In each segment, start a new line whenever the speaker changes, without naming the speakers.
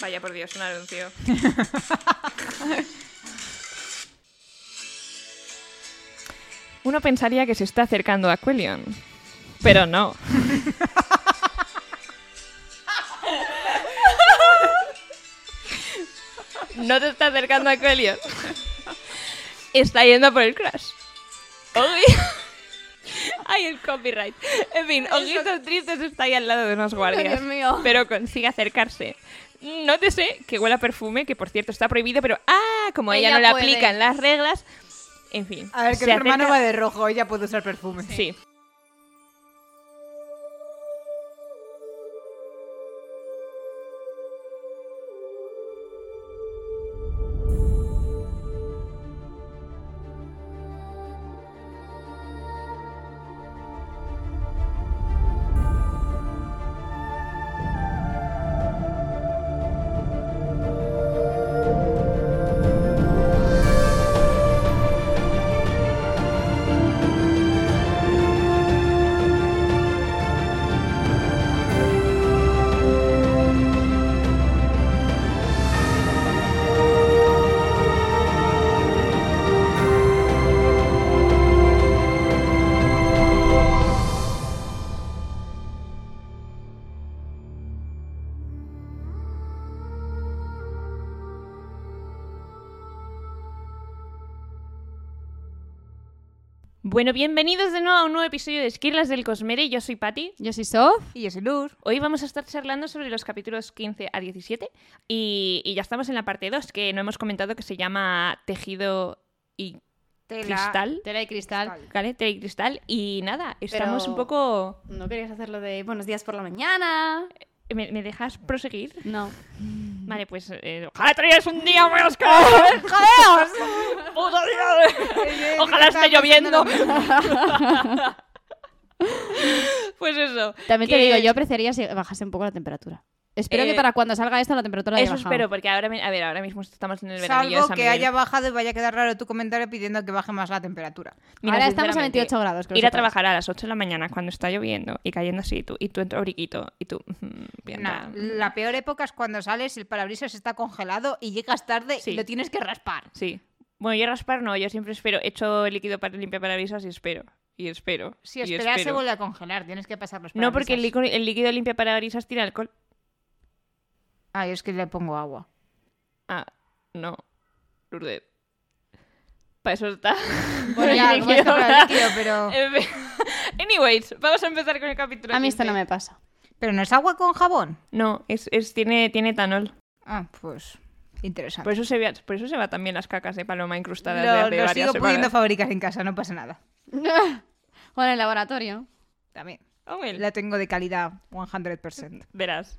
Vaya por Dios, un anuncio. Uno pensaría que se está acercando a Quellion, pero no. No te está acercando a Quellion. Está yendo por el crash. Oji- Ay, el copyright. En fin, Ojitos Tristes está ahí al lado de unos guardias.
Dios mío.
Pero consigue acercarse. Nótese que huele a perfume, que por cierto está prohibido, pero ¡ah! Como ella,
Ella
no le
puede.
aplican las reglas. En fin.
A ver, que
se
mi hermano
acerca-
va de rojo, ella puede usar perfume.
Sí. Bueno, bienvenidos de nuevo a un nuevo episodio de Esquirlas del Cosmere. Yo soy Patti.
Yo soy Sof.
Y yo soy Luz.
Hoy vamos a estar charlando sobre los capítulos 15 a 17 y, y ya estamos en la parte 2 que no hemos comentado que se llama Tejido y Cristal.
Tela y cristal.
¿Vale? Tela y Cristal. Y nada, estamos
Pero-
un poco...
¿No querías hacerlo de buenos días por la mañana?
¿Me, me dejas proseguir?
Eh, No.
Vale, pues... eh, ojalá traigas un día más cabrón. ¡Jodeos! ¡Puto día! Ojalá esté lloviendo. pues eso.
También te
que-
digo, yo apreciaría si bajase un poco la temperatura. Espero
Eh,
que para cuando salga esto la temperatura haya
Eso
bajado.
espero, porque ahora, mi- a ver, ahora mismo estamos en el verano.
Salvo que haya bajado y vaya a quedar raro tu comentario pidiendo que baje más la temperatura.
Ahora estamos a 28 grados. que lo
Ir a
sepas.
trabajar a las 8 de la mañana cuando está lloviendo y cayendo así, tú, y tú en tu abriguito, y tú. mm, bien,
Nah,
nada.
la peor época es cuando sales, el parabrisas está congelado y llegas tarde
Sí.
y lo tienes que raspar.
Sí. Bueno, yo raspar no, yo siempre espero. Echo líquido para limpiar parabrisas y espero. Y espero.
Si
y
esperas se
espero.
vuelve a congelar, tienes que pasar los
No, porque el
parabrisas.
líquido, el líquido limpia parabrisas tiene alcohol.
Ah, yo es que le pongo agua.
Ah, no. Lourdes. Para eso está.
Bueno, ya, como está para el líquido, pero...
En fin. Anyways, vamos a empezar con el capítulo.
A mí esto no
15.
me pasa.
¿Pero no es agua con jabón?
No, es, es- tiene, tiene etanol.
Ah, pues... Interesante.
Por eso se ve, por eso se va también las cacas de paloma incrustadas de
lo
hace
lo
varias
sigo
semanas.
pudiendo fabricar en casa, no pasa nada.
o en el laboratorio.
También.
Homel,
La tengo de calidad 100%.
Verás.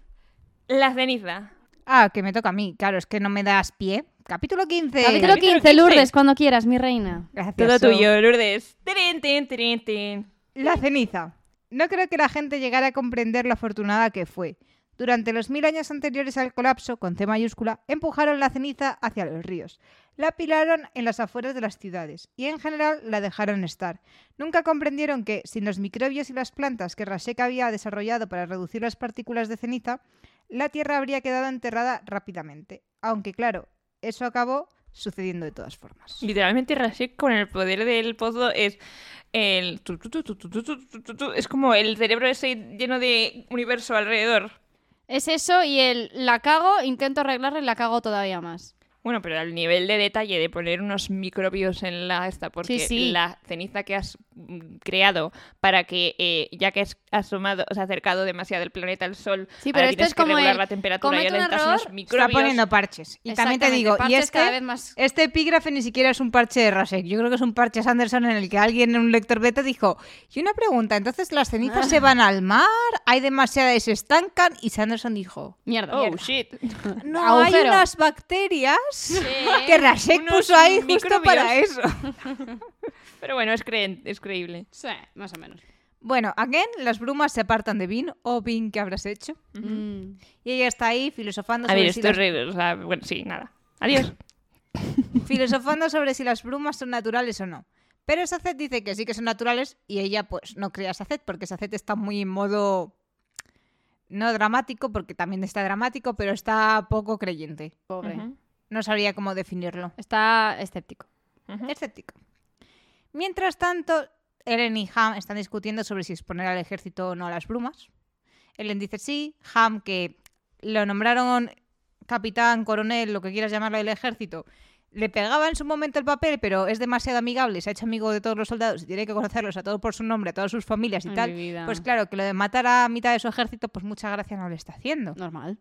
La ceniza.
Ah, que me toca a mí. Claro, es que no me das pie. Capítulo 15.
Capítulo 15,
15.
Lourdes, cuando quieras, mi reina.
Gracias.
Todo
So.
tuyo, Lourdes. Tirín, tin, tirín, tin.
La ceniza. No creo que la gente llegara a comprender lo afortunada que fue. Durante los mil años anteriores al colapso, con C mayúscula, empujaron la ceniza hacia los ríos. La apilaron en las afueras de las ciudades y en general la dejaron estar. Nunca comprendieron que, sin los microbios y las plantas que Rasek había desarrollado para reducir las partículas de ceniza, la Tierra habría quedado enterrada rápidamente. Aunque claro, eso acabó sucediendo de todas formas.
Literalmente Rashid con el poder del pozo es el tu, tu, tu, tu, tu, tu, tu, tu, tu, tu. es como el cerebro ese lleno de universo alrededor.
Es eso y el la cago, intento arreglarla y la cago todavía más.
Bueno, pero al nivel de detalle de poner unos microbios en la esta, porque
sí.
la ceniza que has mm, creado para que, eh, ya que has asomado, o sea, acercado demasiado el planeta al Sol,
Sí,
ahora
pero esto
tienes
es
que
como
regular
el,
la temperatura y
comete un
ahora necesitas
error,
unos
está
Está
microbios.
poniendo parches. Y también te
Exactamente,
digo, y
parches
este,
cada vez más-
este epígrafe ni siquiera es un parche de Rasek. Yo creo que es un parche Sanderson en el que alguien en un lector beta dijo, y una pregunta, entonces las cenizas se van al mar, hay demasiadas y se estancan, y Sanderson dijo,
Mierda.
Oh, shit.
no, hay
Agujero.
unas bacterias que Rasek
unos
puso ahí justo
microbios.
para eso.
Pero bueno, es, creen- es creíble.
Sí, más o menos.
Bueno, again, las brumas se apartan de Vin, o Vin, ¿qué habrás hecho?
Mm.
Y ella está ahí filosofando
A ver,
sobre si
esto es
las-
re- o sea, bueno, sí, nada. Adiós.
filosofando sobre si las brumas son naturales o no. Pero Sacet dice que sí que son naturales y ella pues no crea a Sacet porque Sacet está muy en modo No dramático, porque también está dramático, pero está poco creyente.
Pobre.
Ujú,
No sabría cómo definirlo.
Está escéptico.
ujú.
Escéptico. Mientras tanto, Ellen y Ham están discutiendo sobre si exponer al ejército o no a las brumas. Ellen dice sí, Ham que lo nombraron capitán, coronel, lo que quieras llamarlo del ejército. Le pegaba en su momento el papel, pero es demasiado amigable, se ha hecho amigo de todos los soldados y tiene que conocerlos a todos por su nombre, a todas sus familias y
Ay,
tal.
mi vida.
Pues claro, que lo de matar a mitad de su ejército, pues mucha gracia no le está haciendo.
Normal.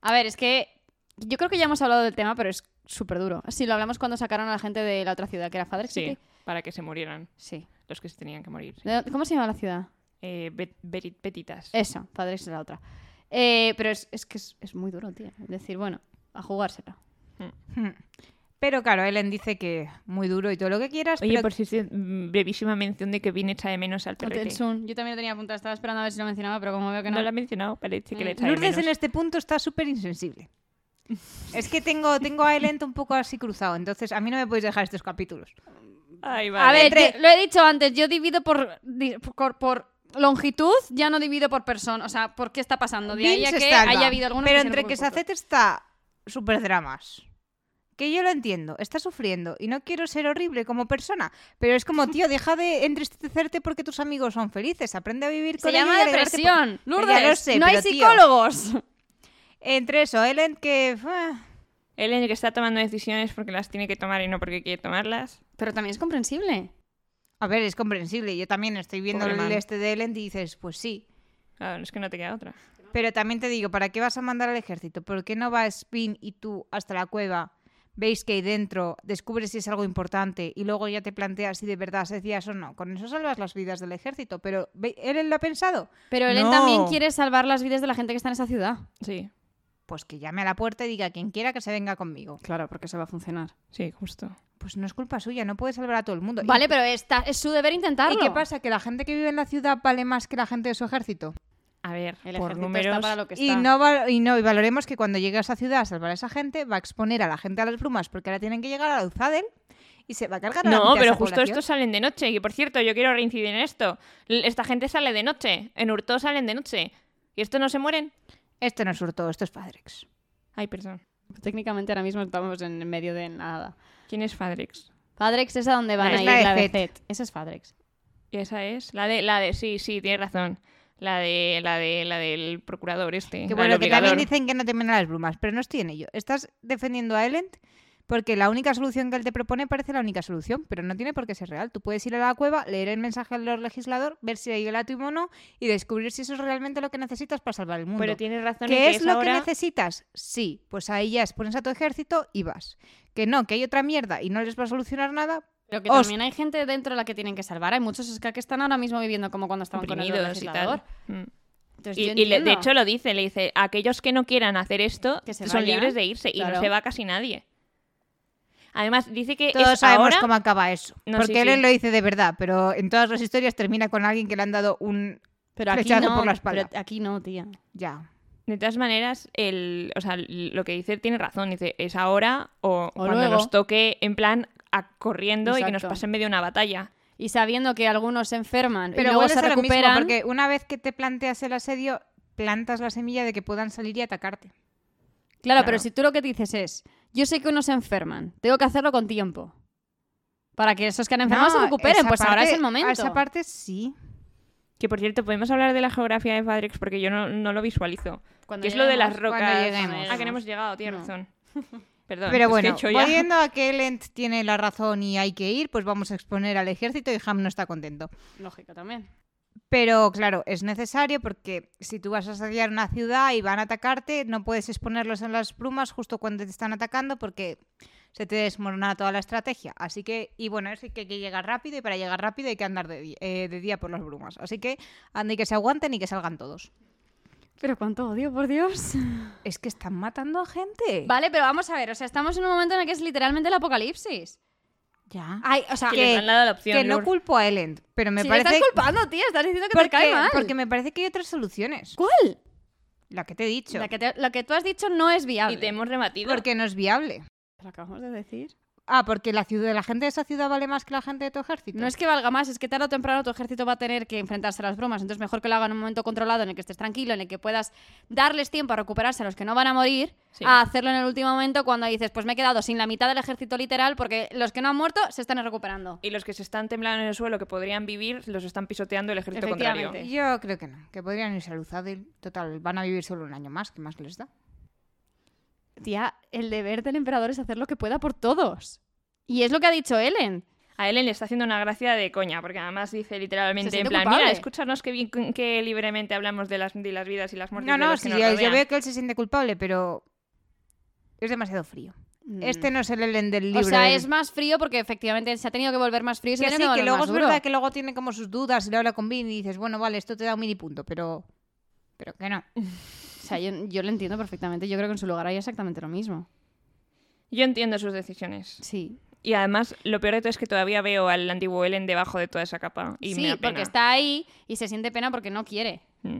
A ver, es que yo creo que ya hemos hablado del tema, pero es súper duro. Si lo hablamos cuando sacaron a la gente de la otra ciudad, que era Father
Sí,
City.
para que se murieran
Sí.
los que se tenían que morir.
¿De dónde- ¿Cómo se llama la ciudad?
Eh, bet- berit- petitas.
Eso, Father es la otra. Eh, pero es, es que es, es muy duro, tío. Es decir, bueno, a jugársela.
Hmm. Pero claro, Ellen dice que muy duro y todo lo que quieras.
Oye,
pero-
por cierto, mm, brevísima mención de que Vin echa de menos al
Hotel
perrete.
Sun. Yo también lo tenía apuntado, estaba esperando a ver si lo mencionaba, pero como veo que no.
No lo ha mencionado, parece que le
Mm.
echa de
Lourdes en
menos.
este punto está súper insensible. Es que tengo, tengo a Ellen un poco así cruzado, entonces a mí no me podéis dejar estos capítulos.
Ay, vale.
A ver,
Entre-
yo- lo he dicho antes, yo divido por, di- por, por longitud, ya no divido por persona. O sea, ¿por qué está pasando? De ahí
Vince
a que
salva,
haya habido algunos
pero
que se
entre
lo
que
pueden
Sacet está súper dramas. Que yo lo entiendo, está sufriendo y no quiero ser horrible como persona, pero es como, tío, deja de entristecerte porque tus amigos son felices, aprende a vivir
Se
con
llama
ello y alegrarte por-
depresión.
Ya lo
Lourdes,
sé,
no hay
pero, tío.
psicólogos.
Entre eso, Ellen que... ah,
Ellen que está tomando decisiones porque las tiene que tomar y no porque quiere tomarlas.
Pero también es comprensible.
A ver, es comprensible, yo también estoy viendo
Pobre
el
man.
este de Ellen y dices, pues sí,
Claro, Ah, es que no te queda otra.
Pero también te digo, ¿para qué vas a mandar al ejército? ¿Por qué no va Spin y tú hasta la cueva? Veis que hay dentro, descubres si es algo importante y luego ya te planteas si de verdad se decías o no. Con eso salvas las vidas del ejército, pero ve- ¿Eren lo ha pensado?
Pero Ellen
No.
también quiere salvar las vidas de la gente que está en esa ciudad.
Sí,
Pues que llame a la puerta y diga a quien quiera que se venga conmigo.
Claro, porque eso va a funcionar.
sí, justo.
Pues no es culpa suya, no puede salvar a todo el mundo. ¿Y-
Vale, pero está, es su deber
¿Y
intentarlo.
qué pasa? ¿Que la gente que vive en la ciudad vale más que la gente de su ejército?
A ver,
El
por
ejército
números...
está para lo que está.
Y no, val- y no, y valoremos que cuando llegue a esa ciudad a salvar a esa gente, va a exponer a la gente a las brumas porque ahora tienen que llegar a la Uzadel y se va a cargar a la
No,
mitad de
pero
esa
justo
población.
estos salen de noche. Y por cierto, yo quiero reincidir en esto. L- Esta gente sale de noche. En Hurtó salen de noche. ¿Y estos no se mueren?
Esto no es hurto, esto es Fadrex.
Ay, perdón.
Técnicamente ahora mismo estamos en medio de nada.
¿Quién es Fadrix?
Fadrex es a donde van
Es
a ir
la de
la de
Zed.
Zed. Esa es Fadrex.
¿Y esa es? La de, la de, sí, sí, tienes razón. La de, la de, la del procurador este.
Que
la
bueno,
del
que también
obligador.
dicen que no temen a las brumas, pero no estoy en ello. Estás defendiendo a Elend porque la única solución que él te propone parece la única solución, pero no tiene por qué ser real. Tú puedes ir a la cueva, leer el mensaje del legislador, ver si hay el átomo o no y descubrir si eso es realmente lo que necesitas para salvar el mundo.
Pero tienes razón. en
¿Qué es, lo
ahora-
que necesitas? Sí, pues ahí ya expones a tu ejército y vas. Que no, que hay otra mierda y no les va a solucionar nada.
Pero que
Os-
también hay gente dentro de la que tienen que salvar. Hay muchos ska que están ahora mismo viviendo como cuando estaban con el
oprimidos y
legislador.
tal.
Pues
Mm.
Entonces,
Y,
yo
y le- de
entiendo.
hecho lo dice, le dice, aquellos que no quieran hacer esto
Que se
son
vayan,
libres de irse y
claro.
no se va casi nadie. Además, dice que
Todos
es
sabemos
ahora...
cómo acaba eso.
No,
porque
sí,
Ellen
sí.
lo dice de verdad, pero en todas las historias termina con alguien que le han dado un...
pero aquí
flechazo
no,
por la espalda.
pero aquí no, tía.
Ya,
De todas maneras, el, o sea, lo que dice tiene razón. Dice, es ahora o, cuando
luego.
nos toque en plan a- corriendo y que nos
Exacto.
pase en medio de una batalla.
Y sabiendo que algunos se enferman
Pero
y luego
vuelves
se
a lo mismo,
recuperan.
porque una vez que te planteas el asedio, plantas la semilla de que puedan salir y atacarte.
Claro,
Claro.
pero si tú lo que dices es, yo sé que unos se enferman, tengo que hacerlo con tiempo. Para que esos que han enfermado se recuperen,
esa
pues ahora es
parte-
el momento.
a Esa parte sí.
Que por cierto, podemos hablar de la geografía de Fadrex porque yo no, no lo visualizo.
Cuando
Que es lo de las
lleguemos.
rocas.
cuando lleguemos.
Ah, que no hemos llegado, tienes
No.
razón. Perdón. es que
Pero bueno,
he hecho ya.
volviendo a que Elend tiene la razón y hay que ir, pues vamos a exponer al ejército y Ham no está contento.
Lógico también.
Pero claro, es necesario porque si tú vas a asediar una ciudad y van a atacarte, no puedes exponerlos en las plumas justo cuando te están atacando porque se te desmorona toda la estrategia. Así que, y bueno, eso hay que, que llegar rápido y para llegar rápido hay que andar de, di- eh, de día por las brumas. Así que ande y que se aguanten y que salgan todos.
Pero cuánto odio, por Dios.
Es que están matando a gente.
Vale, pero vamos a ver, o sea, estamos en un momento en el que es literalmente el apocalipsis.
Ya.
Ay, o sea,
Que
¿Qué?
les han dado la opción.
Que no
Lourdes.
culpo a Elend, pero me
si le
parece
estás culpando, tía, estás diciendo que
porque,
te cae mal.
porque me parece que hay otras soluciones.
¿Cuál?
La que te he dicho.
La que, te- la que tú has dicho no es viable.
Y te hemos rebatido.
Porque no es viable.
Lo acabamos de decir.
Ah, porque la ciudad, la gente de esa ciudad vale más que la gente de tu ejército.
No es que valga más, es que tarde o temprano tu ejército va a tener que enfrentarse a las bromas. Entonces, mejor que lo haga en un momento controlado en el que estés tranquilo, en el que puedas darles tiempo a recuperarse a los que no van a morir,
Sí.
a hacerlo en el último momento cuando dices, pues me he quedado sin la mitad del ejército literal porque los que no han muerto se están recuperando.
Y los que se están temblando en el suelo, que podrían vivir, los están pisoteando el ejército contrario.
Efectivamente.
Yo creo que no, que podrían irse a Luzadil. Total, van a vivir solo un año más, ¿qué más les da?
Tía, el deber del emperador es hacer lo que pueda por todos. Y es lo que ha dicho Ellen.
A Ellen le está haciendo una gracia de coña, porque además dice literalmente
Se
en
siente
plan,
culpable.
mira, escúchanos que, bien- que libremente hablamos de las, de las vidas y las muertes
No,
de
no,
los
sí,
que nos
yo, yo
rodean".
veo que él se siente culpable, pero es demasiado frío. Este no es el Ellen del libro.
o sea,
del-
Mm. es más frío porque efectivamente se ha tenido que volver más frío. y se
que
ha
sí,
tenido
que
volver
luego
más
es
duro.
verdad que luego tiene como sus dudas y lo habla con Vin y dices, bueno, vale, esto te da un mini punto, pero pero que no.
O sea, yo, yo lo entiendo perfectamente. Yo creo que en su lugar haría exactamente lo mismo.
Yo entiendo sus decisiones.
Sí.
Y además, lo peor de todo es que todavía veo al antiguo Ellen debajo de toda esa capa. Y me
sí,
da pena.
porque está ahí y se siente pena porque no quiere.
Mm.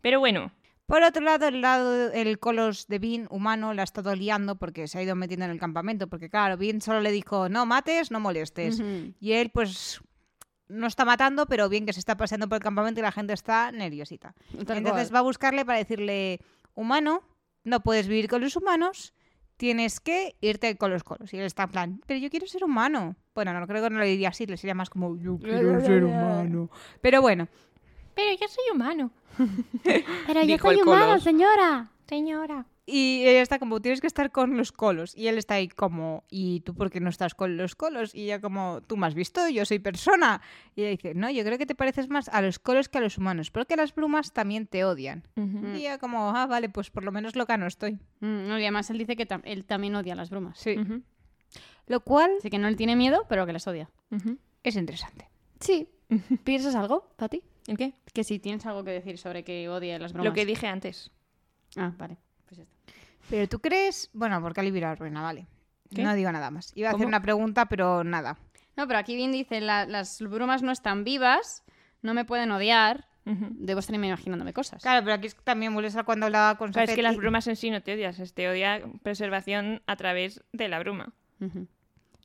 Pero bueno,
Por otro lado, el lado el Colos de Vin humano la ha estado liando porque se ha ido metiendo en el campamento, porque claro, Vin solo le dijo, "No mates, no molestes."
Ujú.
Y él pues no está matando, pero bien que se está paseando por el campamento y la gente está nerviosita.
Tal
Entonces
cual.
va a buscarle para decirle, humano, no puedes vivir con los humanos, tienes que irte con los colos. Y él está en plan, pero yo quiero ser humano. Bueno, no creo que no lo diría así, le sería más como, yo quiero ser humano. Pero bueno,
pero yo soy humano.
Pero
Dijo el Colos.
señora.
Señora.
y ella está como, tienes que estar con los colos. Y él está ahí como, ¿y tú por qué no estás con los colos? Y ella como, tú me has visto, yo soy persona. Y ella dice, no, yo creo que te pareces más a los colos que a los humanos, porque las brumas también te odian. Y ella como, ah, vale, pues por lo menos loca no estoy.
Mm, no, y además él dice que tam- él también odia las brumas.
Sí. Lo cual
Así que no le tiene miedo, pero que las odia.
es interesante.
Sí. ¿Piensas algo, Pati?
¿El qué?
Que si tienes algo que decir sobre que odie las bromas.
Lo que dije antes.
Ah, vale. Pues ya está.
Pero tú crees. Bueno, porque alivio la ruina, vale.
¿Qué?
No digo nada más. Iba a hacer
¿Cómo?
una pregunta, pero nada.
No, pero aquí bien dice, "La- las brumas no están vivas, no me pueden odiar,
Ujú.
debo estar imaginándome cosas.
Claro, pero aquí es que también vuelves a cuando hablaba con
O sea, es
Safet
que las
y-
brumas en sí no te odias, es- te odia preservación a través de la bruma.
Ujú.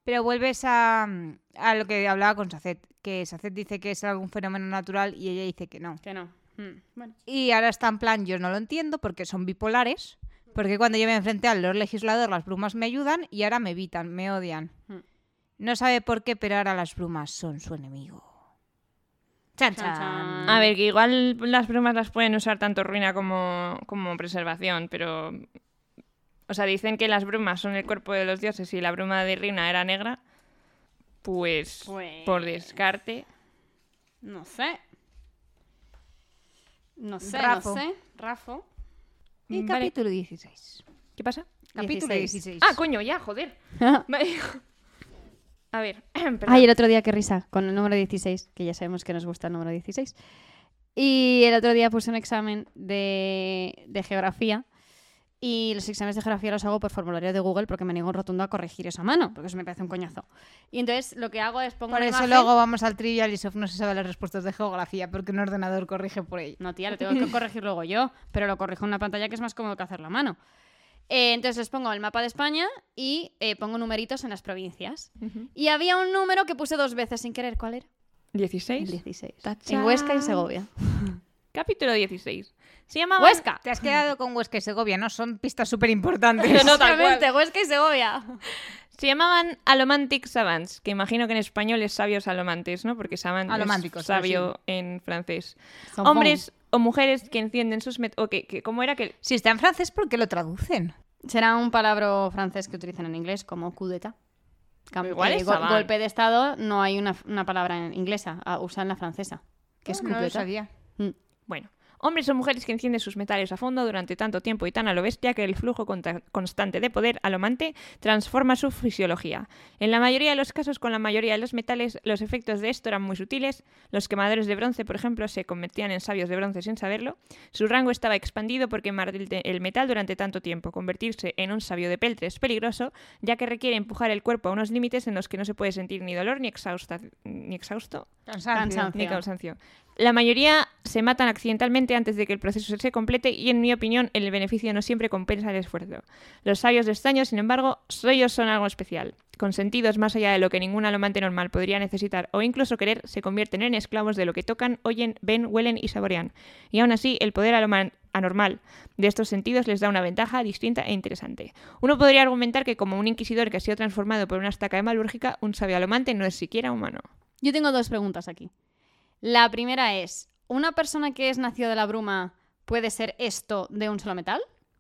Pero vuelves a, mm, a lo que hablaba con Sacet, que Sacet dice que es algún fenómeno natural y ella dice que no.
Que no. Mm, Bueno.
Y ahora está en plan, yo no lo entiendo porque son bipolares, porque cuando yo me enfrenté a los legisladores las brumas me ayudan y ahora me evitan, me odian.
Hmm.
No sabe por qué, pero ahora las brumas son su enemigo. Chan,
Chan,
chan.
chan.
A ver, que igual las brumas las pueden usar tanto ruina como, como preservación, pero... O sea, dicen que las brumas son el cuerpo de los dioses y la bruma de Rina era negra, pues,
Pues-
por descarte...
No sé. No sé,
Rafo.
no sé. Rafo.
Y
Vale.
capítulo 16.
¿Qué pasa?
Capítulo
16.
16.
Ah, coño, ya, joder. Vale. A ver, perdón.
Ay, el otro día qué risa, con el número 16, que ya sabemos que nos gusta el número 16. Y el otro día puse un examen de, de geografía y los exámenes de geografía los hago por formulario de Google porque me niego rotundo a corregir eso a mano, porque eso me parece un coñazo. Y entonces lo que hago es pongo
Por
una
eso
imagen-
luego vamos al trivial y Sof no se sabe las respuestas de geografía porque un ordenador corrige por ello.
No, tía, lo tengo que corregir luego yo, pero lo corrijo en una pantalla que es más cómodo que hacerlo a mano. Eh, entonces les pongo el mapa de España y eh, pongo numeritos en las provincias.
Ujú.
Y había un número que puse dos veces sin querer. ¿Cuál era? El
16.
16.
Tachán.
En Huesca y Segovia.
Capítulo 16. Se llamaba...
¡Huesca!
Te has quedado con Huesca y Segovia, ¿no? Son pistas súper importantes.
No, no, tal cual.
Obviamente, Huesca y Segovia.
Se llamaban Alomantic Savants, que imagino que en español es sabios alomantes, ¿no? Porque savant
Alománticos,
es sabio en francés.
Son
Hombres o mujeres que encienden sus... met- o que, que- ¿Cómo era que...?
Si está en francés, ¿por qué lo traducen?
Será un palabra francés que utilizan en inglés como cudeta.
Pero igual es sabán.
golpe de estado no hay una, una palabra en inglesa, ah, usan la francesa, que es
Ah, No, no lo
cudeta.
sabía.
Mm.
Bueno. Hombres o mujeres que encienden sus metales a fondo durante tanto tiempo y tan a lo bestia que el flujo conta- constante de poder alomante transforma su fisiología. En la mayoría de los casos, con la mayoría de los metales, los efectos de esto eran muy sutiles. Los quemadores de bronce, por ejemplo, se convertían en sabios de bronce sin saberlo. Su rango estaba expandido por quemar el, te- el metal durante tanto tiempo. Convertirse en un sabio de peltre es peligroso, ya que requiere empujar el cuerpo a unos límites en los que no se puede sentir ni dolor ni, exhausta- ni exhausto
Cansancio.
Cansancio.
ni cansancio. La mayoría se matan accidentalmente antes de que el proceso se complete y, en mi opinión, el beneficio no siempre compensa el esfuerzo. Los sabios de estaño, sin embargo, ellos son algo especial. con sentidos más allá de lo que ningún alomante normal podría necesitar o incluso querer, se convierten en esclavos de lo que tocan, oyen, ven, huelen y saborean. Y aún así, el poder aloman- anormal de estos sentidos les da una ventaja distinta e interesante. Uno podría argumentar que como un inquisidor que ha sido transformado por una estaca hemalúrgica, un sabio alomante no es siquiera humano.
Yo tengo dos preguntas aquí. La primera es, ¿una persona que es nacido de la bruma puede ser esto de un solo metal?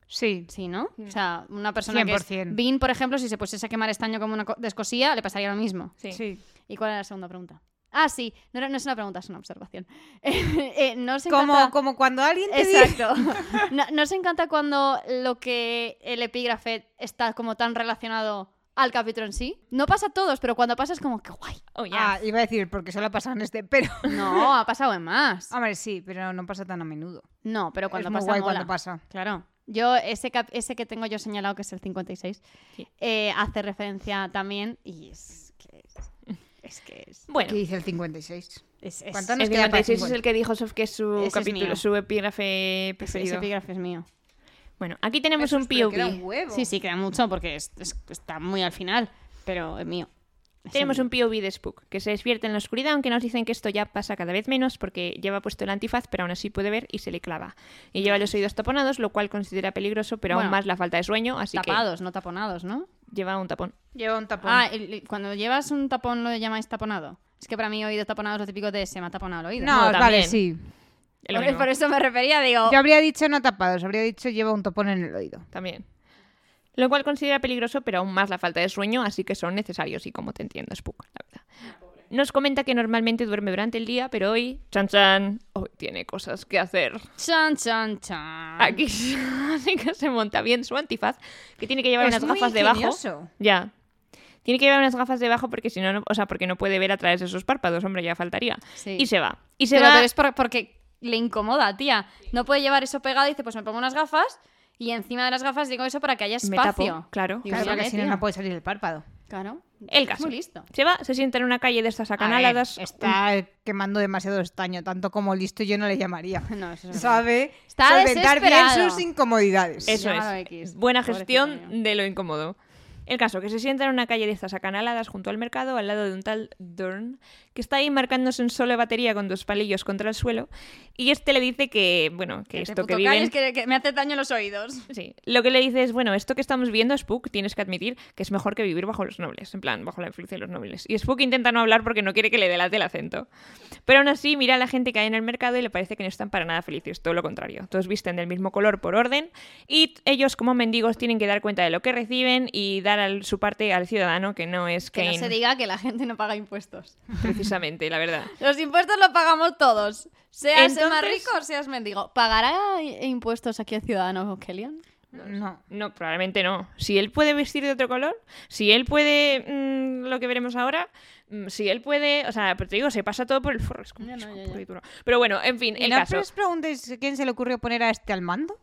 Sí.
Sí, ¿no?
Mm.
O sea, una persona que es
100%.
Bean, por ejemplo, si se pusiese a quemar estaño como una co- descosía, le pasaría lo mismo.
Sí.
¿Y cuál era la segunda pregunta? Ah, sí, no, era- no es una pregunta, es una observación. Eh, no se
Como,
encanta-
como cuando alguien te dice...
Exacto. No, nos encanta cuando lo que el epígrafe está como tan relacionado al capítulo en sí. No pasa a todos, pero cuando pasa es como que guay.
Oh, yeah.
Ah, iba a decir, porque solo ha pasado en este, pero...
No, ha pasado en más.
Hombre, sí, pero no pasa tan a menudo.
No, pero cuando
Ah, es muy
pasa
guay
mola.
cuando pasa.
Claro. Yo, ese, cap- ese que tengo yo señalado, que es el 56,
Sí.
eh, hace referencia también y es que es... que es,
Bueno,
¿Qué dice el 56?
es- es-
¿Cuánto
el
nos queda para
56 es
50?
el que dijo Sof que es su
Ese es
capítulo,
mío.
su epígrafe
ese,
preferido.
epígrafe es mío.
Bueno, aquí tenemos un
Pero queda un
POV.
huevo.
Sí, sí, queda mucho porque es- es- está muy al final, pero es mío. Es
Tenemos
el
un POV de Spook, que se despierta en la oscuridad, aunque nos dicen que esto ya pasa cada vez menos porque lleva puesto el antifaz, pero aún así puede ver y se le clava. Y lleva los oídos taponados, lo cual considera peligroso, pero aún
Bueno,
más la falta de sueño, así
Tapados, no taponados,
que
¿no?
lleva un tapón.
Lleva un tapón.
Ah, el- el- cuando llevas un tapón lo llamáis taponado. Es que para mí oído taponado es lo típico de se me ha taponado el oído.
no,
no,
vale,
también.
sí.
Es lo
por,
mismo.
por eso me refería, digo...
Yo habría dicho no tapados, habría dicho lleva un tapón en el oído.
También. Lo cual considera peligroso, pero aún más la falta de sueño, así que son necesarios, y como te entiendo, Spook, la verdad. Nos comenta que normalmente duerme durante el día, pero hoy, chan chan, hoy tiene cosas que hacer.
Chan, chan, chan.
Ah.
Aquí se- así que se monta bien su antifaz, que tiene que llevar
Es
unas
muy
gafas
ingenioso.
debajo. Ya. Tiene que llevar unas gafas debajo porque si no, no- o sea, porque no puede ver a través de sus párpados, hombre, ya faltaría.
Sí.
Y se va. Y se
pero,
va.
pero es por- porque le incomoda, tía. No puede llevar eso pegado y dice, pues me pongo unas gafas y encima de las gafas digo eso para que haya
Me
espacio.
tapo, claro.
Digo,
Claro,
mírale,
porque si no,
tía.
no puede salir el párpado.
Claro.
El
Es
caso.
muy listo.
Se va, se sienta en una calle de estas
A
acanaladas. mm.
ver, está quemando demasiado estaño, tanto como listo yo no le llamaría.
No, eso es verdad.
Sabe
Está
solventar bien
desesperado.
sus incomodidades.
Eso
Llamado
es.
X.
Buena
Pobrecito mío.
gestión de lo incómodo. El caso, que se sienta en una calle de estas acanaladas junto al mercado, al lado de un tal Dorn, que está ahí marcándose un solo de batería con dos palillos contra el suelo, y este le dice que, bueno, que
Este
esto que
puto
viven...
calles que, que me hace daño los oídos.
Sí, lo que le dice es, bueno, esto que estamos viendo, Spook, tienes que admitir que es mejor que vivir bajo los nobles, en plan, bajo la influencia de los nobles. Y Spook intenta no hablar porque no quiere que le delate el acento. Pero aún así, mira a la gente que hay en el mercado y le parece que no están para nada felices, todo lo contrario. Todos visten del mismo color por orden y t- ellos como mendigos tienen que dar cuenta de lo que reciben y dar al- su parte al ciudadano, que no es
Que
Kane,
no se diga que la gente no paga impuestos.
precisamente, la verdad.
Los impuestos los pagamos todos. Seas el más
Entonces-
rico o seas mendigo. ¿Pagará i- impuestos aquí el ciudadano Kellyan?
No.
No, probablemente no. Si él puede vestir de otro color, si él puede mm, lo que veremos ahora, mm, si él puede, o sea, pero te digo, se pasa todo por el forro. Es como
Ya, no,
es
ya,
puro
ya.
y duro. Pero bueno, en fin, el
¿Y no
caso.
os preguntéis quién se le ocurrió poner a este al mando?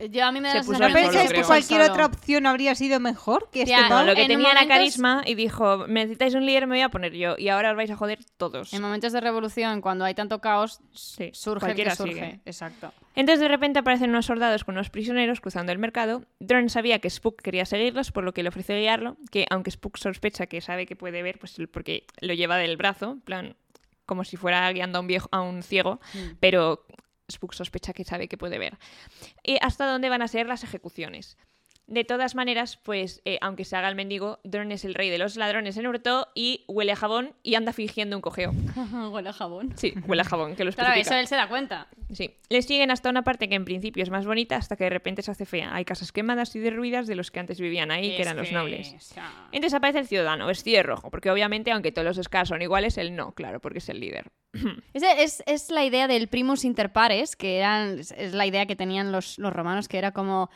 Eh, Yo a mí me da
Se
la
puso
sensación
al
de
solo,
¿Pensáis
se
que
creo.
puso al
cualquier
solo.
otra opción habría sido mejor que este
Ya,
No,
pavo?
lo que
en
tenía era
momentos-
carisma y dijo, me necesitáis un líder, me voy a poner yo. Y ahora os vais a joder todos.
En momentos de revolución, cuando hay tanto caos,
Sí,
Em- surge el que
cualquiera
surge.
sigue.
Exacto.
Entonces de repente aparecen unos soldados con unos prisioneros cruzando el mercado. Drone sabía que Spook quería seguirlos, por lo que le ofreció guiarlo, que aunque Spook sospecha que sabe que puede ver, pues el- porque lo lleva del brazo, en plan como si fuera guiando a un viejo a un ciego, pero Spook sospecha que sabe que puede ver. Eh, hasta dónde van a ser las ejecuciones. De todas maneras, pues eh, aunque se haga el mendigo, Drone es el rey de los ladrones en Hurto y huele a jabón y anda fingiendo un cojeo.
Huele a jabón.
Sí, huele a jabón, que lo
Claro,
especifica.
eso él se da cuenta.
Sí. Les siguen hasta una parte que en principio es más bonita hasta que de repente se hace fea. Hay casas quemadas y derruidas de los que antes vivían ahí, que
Es
eran los nobles.
o sea,
Entonces aparece el ciudadano, vestido de rojo, porque obviamente, aunque todos los Skars son iguales, él no, claro, porque es el líder.
esa Es, es la idea del primus inter pares, que eran, es- es la idea que tenían los, los romanos, que era como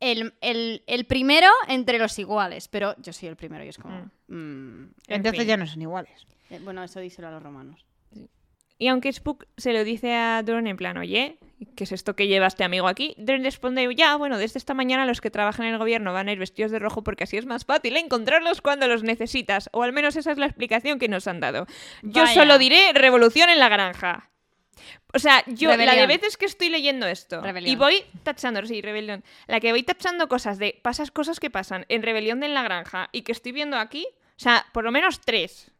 el, el- el primero entre los iguales. Pero yo soy el primero y es como... mm,
Entonces
fin.
ya no son iguales.
eh, bueno, eso díselo a los romanos.
Y aunque Spook se lo dice a Dron en plan, oye, ¿qué es esto que lleva este amigo aquí? Dron responde, ya, bueno, desde esta mañana los que trabajan en el gobierno van a ir vestidos de rojo porque así es más fácil encontrarlos cuando los necesitas. O al menos esa es la explicación que nos han dado. Yo
Vaya.
solo diré revolución en la granja. O sea, yo la de
Rebelión.
veces que estoy leyendo esto y
Rebelión.
voy tachando, sí, rebelión, la que voy tachando cosas de pasas cosas que pasan en rebelión de en la granja y que estoy viendo aquí, O sea, por lo menos tres.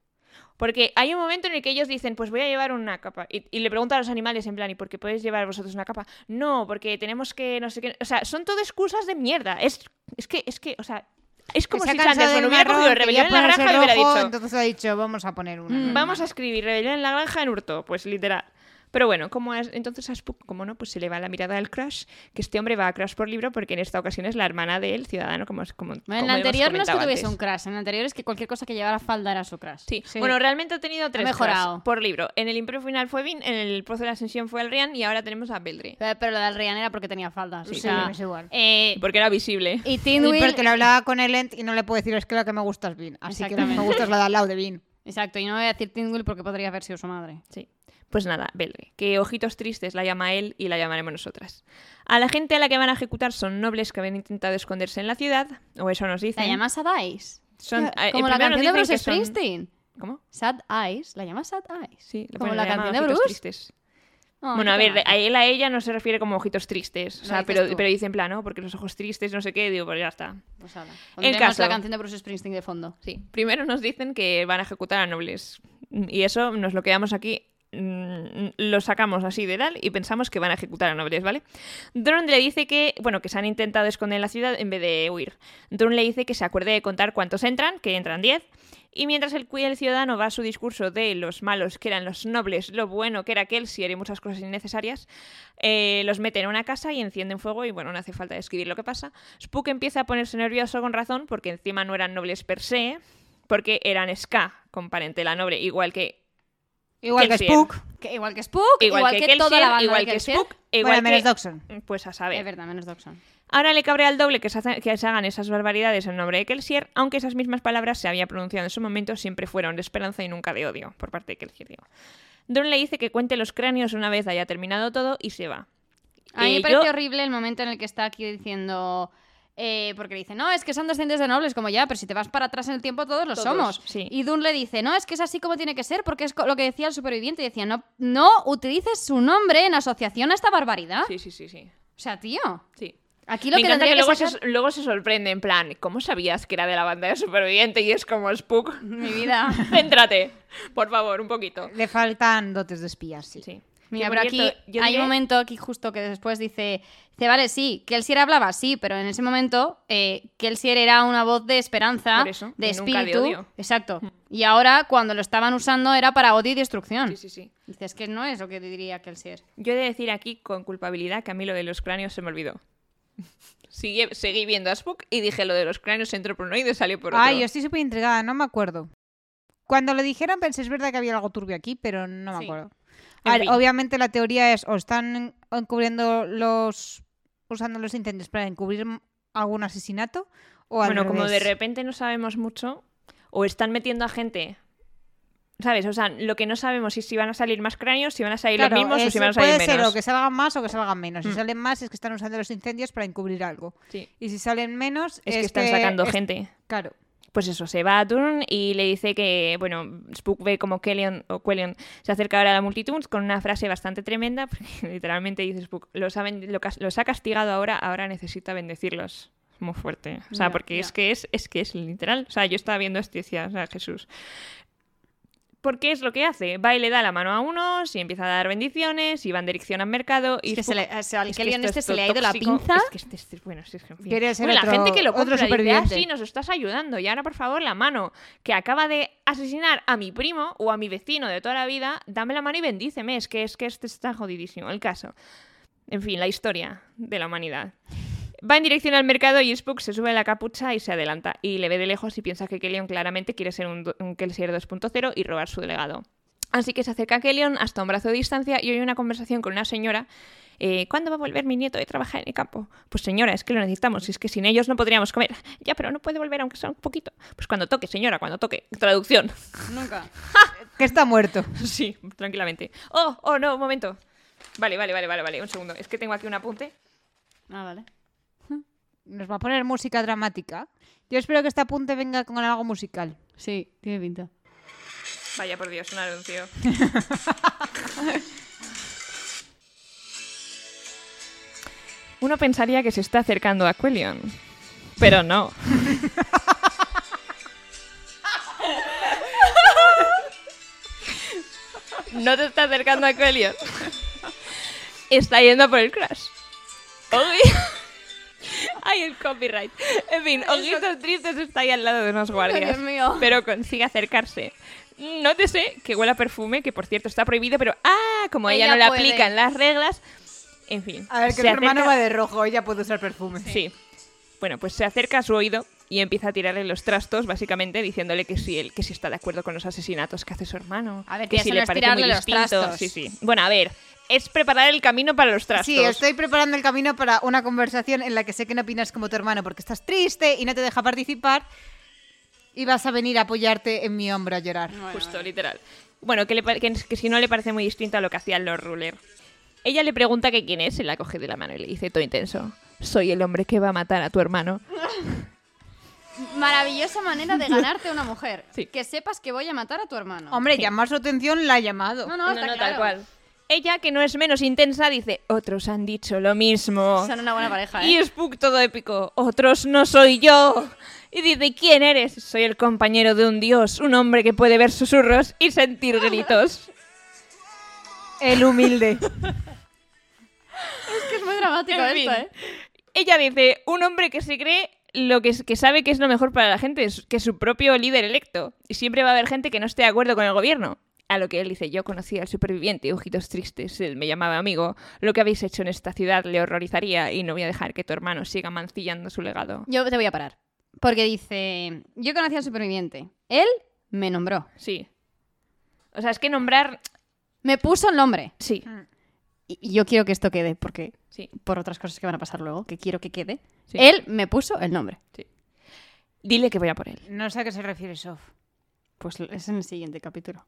Porque hay un momento en el que ellos dicen, pues voy a llevar una capa. Y, y le preguntan a los animales en plan, ¿y por qué podéis llevar vosotros una capa? No, porque tenemos que no sé qué. O sea, son todo excusas de mierda. Es, es que, es que, o sea, es como
se ha
si
cansado
Sanders
del
hubiera
marrón,
cogido
que
rebelión
ya
en la
puede
granja y
ser
hubiera
rojo,
dicho.
Entonces ha dicho, vamos a poner una.
Mm,
normal.
Vamos a escribir Rebelión en la Granja en hurto, pues literal. Pero bueno, como es, entonces a Spook, como no, pues se le va la mirada al Crash, que este hombre va a Crash por libro porque en esta ocasión es la hermana del ciudadano, como es como,
Bueno, en
como
la
hemos
anterior no es que
comentado
tuviese
antes.
un crash, en la anterior es que cualquier cosa que llevara falda era su crash.
Sí.
Sí.
bueno, realmente ha tenido tres
mejorado.
Crash por libro. En el Imperio Final fue Vin, en el Pozo de la Ascensión fue Alrian y ahora tenemos a Beldri.
eh, Pero, pero lo del Rian era porque tenía falda.
Sí.
o
Sí,
sea,
es igual.
eh,
Porque era visible.
y
Y
Tinduil...
porque lo hablaba con Elend y no le puedo decir, es que lo que me gusta es Vin. Así que lo que me
Exactamente.
gusta es la de al lado de Vin.
Exacto, y no voy a decir Tinduil porque podría haber sido su madre.
Sí. Pues nada, Belve, que ojitos tristes la llama él y la llamaremos nosotras. A la gente a la que van a ejecutar son nobles que habían intentado esconderse en la ciudad, o eso nos dicen.
¿La llamas Sad Eyes?
Son-
Ya,
eh,
Como la
primero nos
canción de
dicen
Bruce
que son-
Springsteen.
¿Cómo?
Sad Eyes, la llamas Sad Eyes.
Sí, le
Como
ponen
la
llamada
canción de
Ojitos
Bruce. Oh,
Tristes.
No,
bueno,
qué
a ver,
tema.
a él a ella no se refiere como ojitos tristes, o
Lo
sea,
dices
pero,
tú.
pero dice en plan, ¿no? Porque los ojos tristes, no sé qué, digo, pues ya está.
Pues hala. Pondremos
caso-
la canción de Bruce Springsteen de fondo.
Sí. Primero nos dicen que van a ejecutar a nobles. Y eso nos lo quedamos aquí. mm, Lo sacamos así de tal y pensamos que van a ejecutar a nobles, ¿vale? Drone le dice que, bueno, que se han intentado esconder en la ciudad en vez de huir. Drone le dice que se acuerde de contar cuántos entran, que entran 10. Y mientras el, cui- el ciudadano va a su discurso de los malos que eran los nobles, lo bueno que era Kelsier y muchas cosas innecesarias, eh, los meten en una casa y encienden fuego y bueno, no hace falta describir lo que pasa. Spook empieza a ponerse nervioso con razón porque encima no eran nobles per se, porque eran ska con parentela noble, igual que
Igual que
Kelsier.
Spook.
Que- igual que Spook,
igual, que, Kelsier,
toda la banda
igual
de
que
Kelsier.
Spook, igual
Bueno, menos
que
Doxon.
pues a
Es
saber.
verdad, menos Doxon.
Ahora le cabrea al doble que se, hace- que se hagan esas barbaridades en nombre de Kelsier, aunque esas mismas palabras se había pronunciado en su momento siempre fueron de esperanza y nunca de odio por parte de Kelsier, digo. Drone le dice que cuente los cráneos una vez haya terminado todo y se va.
A mí
Eh,
me parece
yo-
horrible el momento en el que está aquí diciendo. eh, porque le dice, no, es que son descendientes de nobles, como ya, pero si te vas para atrás en el tiempo, todos lo
Todos,
somos.
sí.
Y Dun le dice, no, es que es así como tiene que ser, porque es co- lo que decía el superviviente. Y decía, no, no utilices su nombre en asociación a esta barbaridad.
Sí, sí, sí, sí.
O sea, tío,
sí.
aquí lo
Me
que
encanta
tendría
que luego,
sacar-
se, luego se sorprende en plan, ¿cómo sabías que era de la banda de superviviente? Y es como Spook.
Mi vida.
Céntrate, por favor, un poquito.
Le faltan dotes de espías, sí.
Sí.
Mira,
Que,
por
por
aquí
cierto, yo
hay
diré-
un momento aquí justo que después dice, dice, vale, sí, Kelsier hablaba, sí, pero en ese momento eh, Kelsier era una voz de esperanza,
Por eso,
de
y nunca de
espíritu.
odio. Mm.
Exacto. Y ahora cuando lo estaban usando era para odio y destrucción.
Sí, sí, sí.
Dices que no es lo que diría Kelsier.
Yo he de decir aquí con culpabilidad que a mí lo de los cráneos se me olvidó. Sigue- seguí viendo a Spook y dije lo de los cráneos entró por uno y salió por otro.
Ay, yo estoy súper intrigada, no me acuerdo. Cuando lo dijeron pensé, es verdad que había algo turbio aquí, pero no me
Sí.
acuerdo.
En
A ver,
fin.
obviamente la teoría es, o están encubriendo los... usando los incendios para encubrir algún asesinato, o al
bueno, como de
revés.
repente no sabemos mucho, o están metiendo a gente. ¿Sabes? O sea, lo que no sabemos es si van a salir más cráneos, si van a salir
Claro,
los mismos o
es-
si van a
puede
salir
ser
menos.
o que salgan más o que salgan menos. Si
Mm.
salen más es que están usando los incendios para encubrir algo.
Sí.
Y si salen menos
Es, que están sacando
es-
gente.
Claro.
Pues eso, se va a Turn y le dice que, bueno, Spook ve como Kellyon o Quellion se acerca ahora a la multitud con una frase bastante tremenda, porque literalmente dice Spook, los ha, ben- lo cas- los ha castigado ahora, ahora necesita bendecirlos. Muy fuerte. O sea,
Ya,
porque
ya.
es que es, es que es literal. O sea, yo estaba viendo esto y decía, o sea, Jesús. Porque es lo que hace. Va y le da la mano a unos y empieza a dar bendiciones y va en dirección al mercado. Y
Es que se
Spook-
le, o sea, al
es que
Kelsier
esto
este
es
se
todo
le ha ido la
tóxico.
pinza.
Es que este es- bueno, es que, en fin.
Quería ser
Bueno,
otro-
la gente que lo
otro
compra dice, ah,
superviviente".
sí, nos estás ayudando. Y ahora, por favor, la mano que acaba de asesinar a mi primo o a mi vecino de toda la vida, dame la mano y bendíceme. Es que, es que este está jodidísimo el caso. En fin, la historia de la humanidad. Va en dirección al mercado y Spook se sube a la capucha y se adelanta. Y le ve de lejos y piensa que Kellyon claramente quiere ser un, do- un Kelsier 2.0 y robar su legado. Así que se acerca a Kellyon hasta un brazo de distancia y oye una conversación con una señora. eh, ¿Cuándo va a volver mi nieto de trabajar en el campo? Pues señora, es que lo necesitamos, es que sin ellos no podríamos comer. Ya, pero no puede volver aunque sea un poquito. Pues cuando toque, señora, cuando toque. Traducción.
Nunca.
Que está muerto.
Sí, tranquilamente. Oh, oh, no, un momento. Vale, vale, vale, vale, vale, un segundo. Es que tengo aquí un apunte.
Ah, vale.
Nos va a poner música dramática. Yo espero que este apunte venga con algo musical.
Sí, tiene pinta.
Vaya por Dios, un anuncio. Uno pensaría que se está acercando a Quellion, pero no. No te está acercando a Coelion. Está yendo por el crash. Oji- Ay, el copyright. En fin, Ojitos Tristes está ahí al lado de unos guardias.
Dios mío.
Pero consigue acercarse. No te sé que huela a perfume, que por cierto está prohibido, pero ah, como ella,
Ella
no le
puede.
aplican las reglas. En fin.
A ver, que
se
mi hermano
acerca-
va de rojo, ella puede usar perfume.
Sí. Bueno, pues se acerca a su oído y empieza a tirarle los trastos, básicamente diciéndole que si él, que si está de acuerdo con los asesinatos que hace su hermano.
A ver,
que
tía,
si
eso
le
no es
parece
tirarle
muy
los
distinto.
trastos.
Sí, sí. Bueno, a ver, es preparar el camino para los trastos.
Sí, estoy preparando el camino para una conversación en la que sé que no opinas como tu hermano porque estás triste y no te deja participar y vas a venir a apoyarte en mi hombro a llorar.
Justo, literal. Bueno, que, le pa- que- que si no le parece muy distinto a lo que hacían los ruler. Ella le pregunta que quién es y la coge de la mano y le dice todo intenso. Soy el hombre que va a matar a tu hermano.
Maravillosa manera de ganarte una mujer.
Sí.
Que sepas que voy a matar a tu hermano.
Hombre, llamar su atención la ha llamado.
No, no, está claro.
Ella, que no es menos intensa, dice, otros han dicho lo mismo.
Son una buena pareja, ¿eh?
Y Spook todo épico. Otros no soy yo. Y dice, ¿quién eres? Soy el compañero de un dios, un hombre que puede ver susurros y sentir gritos.
El humilde.
Es que es muy dramático
En fin.
esto, ¿eh?
Ella dice, un hombre que se cree lo que, es- que sabe que es lo mejor para la gente, es- que es su propio líder electo. Y siempre va a haber gente que no esté de acuerdo con el gobierno. A lo que él dice, yo conocí al superviviente, ojitos tristes, él me llamaba amigo. Lo que habéis hecho en esta ciudad le horrorizaría y no voy a dejar que tu hermano siga mancillando su legado.
Yo te voy a parar. Porque dice, yo conocí al superviviente. Él me nombró.
Sí. O sea, es que nombrar...
Me puso el nombre.
Sí,
Y y yo quiero que esto quede, porque
sí.
por otras cosas que van a pasar luego, que quiero que quede.
Sí.
Él me puso el nombre.
Dile que voy a por él.
No sé a qué se refiere Sof.
Pues es en el siguiente capítulo.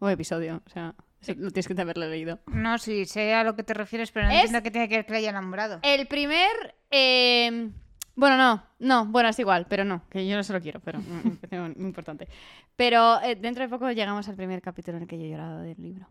O episodio, o sea, eso lo tienes que haberlo leído.
No, sí, sé a lo que te refieres, pero no
Es-
entiendo que tiene que ver que la haya nombrado.
El primer... eh, Bueno, no, no, bueno, es igual, pero no, que yo no se lo quiero, pero mm, mm, tengo- muy importante. Pero eh, dentro de poco llegamos al primer capítulo en el que yo he llorado del libro.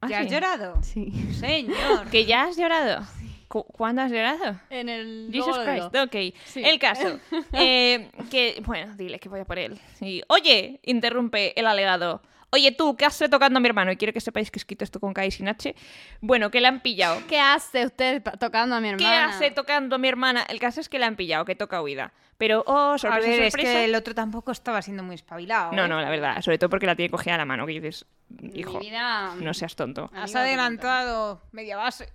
Ah,
¿Ya has
sí.
llorado?
Sí.
Señor.
¿Que ya has llorado? ¿Cu- ¿Cuándo has llorado?
En el...
Jesus Christ, ok.
Sí.
El caso. Eh, que, bueno, dile que voy a por él. Y, Oye, interrumpe el alegado. Oye, tú, ¿qué haces tocando a mi hermano? Y quiero que sepáis que he escrito esto con K y sin H. Bueno, que le han pillado.
¿Qué hace usted pa- tocando a mi
¿Qué
hermana?
hace tocando a mi hermana? El caso es que le han pillado, que toca huida. Pero, oh,
A
sorpresa,
ver, es
sorpresa.
que el otro tampoco estaba siendo muy espabilado.
No,
¿eh?
no, la verdad. Sobre todo porque la tiene cogida a la mano, que dices, hijo,
Mi vida... mm,
no seas tonto.
Has
Amigo de
adelantado media base.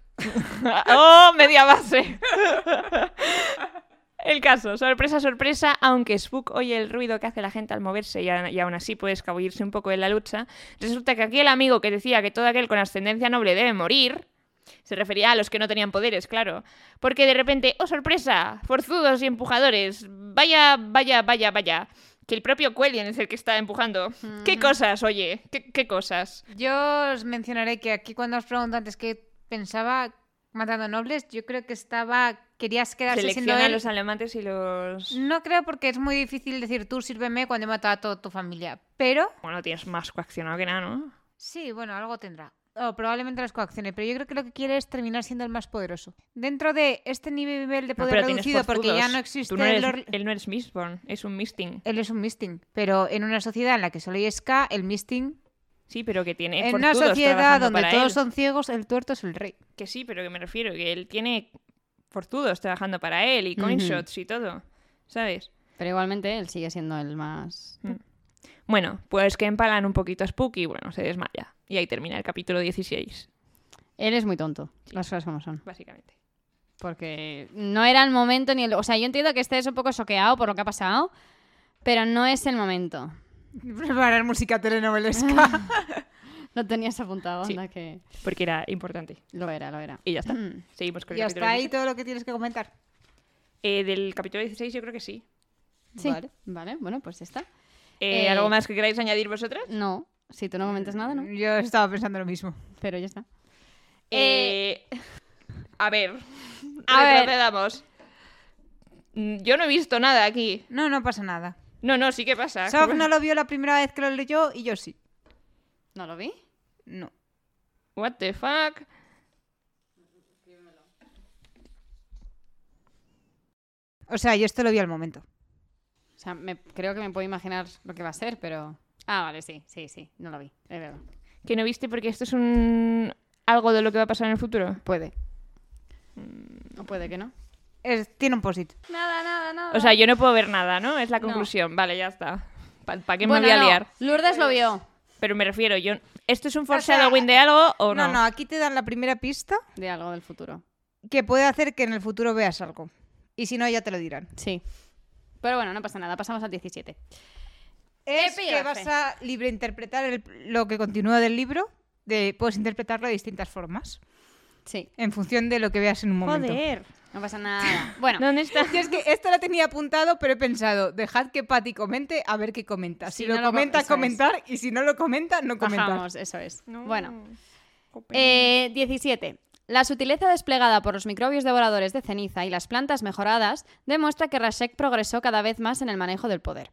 ¡Oh, media base! El caso, sorpresa, sorpresa, aunque Spook oye el ruido que hace la gente al moverse y, a- y aún así puede escabullirse un poco en la lucha, resulta que aquí el amigo que decía que todo aquel con ascendencia noble debe morir, se refería a los que no tenían poderes, claro, porque de repente, ¡oh, sorpresa! Forzudos y empujadores, vaya, vaya, vaya, vaya, que el propio Quellian es el que está empujando. ¡Qué cosas, oye! ¿Qué, qué cosas?
Yo os mencionaré que aquí cuando os pregunto antes que pensaba matando nobles, yo creo que estaba querías quedarse siendo
Selecciona a
él.
los alemanes y los...
No creo porque es muy difícil decir tú sírveme cuando he matado a toda tu familia, pero
Bueno, tienes más coaccionado que nada, ¿no?
sí, bueno, algo tendrá. O probablemente las coaccione, pero yo creo que lo que quiere es terminar siendo el más poderoso. Dentro de este nivel de
No, Ah,
poder
pero tienes
reducido, porque ya
forzudos.
no
Tú
existe
no eres-
los-
Él no es Mistborn, es un Misting.
Él es un misting, pero en una sociedad en la que solo hay ska, el misting...
Sí, pero que tiene
En una
forzudos
sociedad
trabajando
donde
para
todos
él.
son ciegos, el tuerto es el rey.
Que sí, pero que me refiero, que él tiene fortudos trabajando para él y coinshots y todo, ¿sabes?
Pero igualmente él sigue siendo el más...
Bueno, pues que empalan un poquito a Spook y bueno, se desmaya. Y ahí termina el capítulo 16,
Él es muy tonto, las cosas como son.
básicamente.
Porque no era el momento ni el... O sea, yo entiendo que estés un poco soqueado por lo que ha pasado, pero no es el momento.
Preparar música telenovelesca.
Lo tenías apuntado,
Sí.
anda que...
Porque era importante.
Lo era, lo era.
Y ya está.
Mm.
Seguimos con el
y
capítulo
hasta ahí
16.
todo lo que tienes que comentar.
Eh, del capítulo 16 yo creo que sí.
Sí.
Vale.
Vale. bueno, pues ya está.
Eh,
Eh,
¿Algo más que queráis añadir vosotras?
No, si tú no comentas nada, ¿no?
Yo estaba pensando lo mismo.
Pero ya está.
Eh, a ver,
A ver.
retrocedamos. Mm, Yo no he visto nada aquí.
No, no pasa nada.
No, no, sí que pasa.
Sof no lo vio la primera vez que lo leyó y yo sí.
¿No lo vi?
No.
What the fuck?
O sea, yo esto lo vi al momento.
O sea, me- creo que me puedo imaginar lo que va a ser, pero... Ah, vale, sí, sí, sí, no lo vi. Es verdad.
que no viste porque esto es un algo de lo que va a pasar en el futuro.
Puede. O puede que no.
Es- tiene un posit.
Mm. Nada, nada, nada.
O sea, yo no puedo ver nada, ¿no? Es la
No.
conclusión. Vale, ya está. ¿Para qué me voy a liar?
Lourdes lo vio.
Pero me refiero, yo ¿esto es un
sea,
foreshadowing de algo o no?
no, no, aquí te dan la primera pista
De algo del futuro.
que puede hacer que en el futuro veas algo. Y si no, ya te lo dirán.
Sí. Pero bueno, no pasa nada. Pasamos al 17.
Es que
Epígrafe.
vas a libre interpretar el- lo que continúa del libro. De, puedes interpretarlo de distintas formas.
Sí.
En función de lo que veas en un momento.
Joder.
No pasa nada. Bueno,
¿Dónde está?
Yo es que esto lo tenía apuntado, pero he pensado, dejad que Patty comente a ver qué comenta. Si
Si
lo
no lo co-
comenta,
eso es.
comentar, y si no lo comenta, no comentar.
bajamos, eso es. Bueno,
Jope.
eh, 17. La sutileza desplegada por los microbios devoradores de ceniza y las plantas mejoradas demuestra que Rashek progresó cada vez más en el manejo del poder.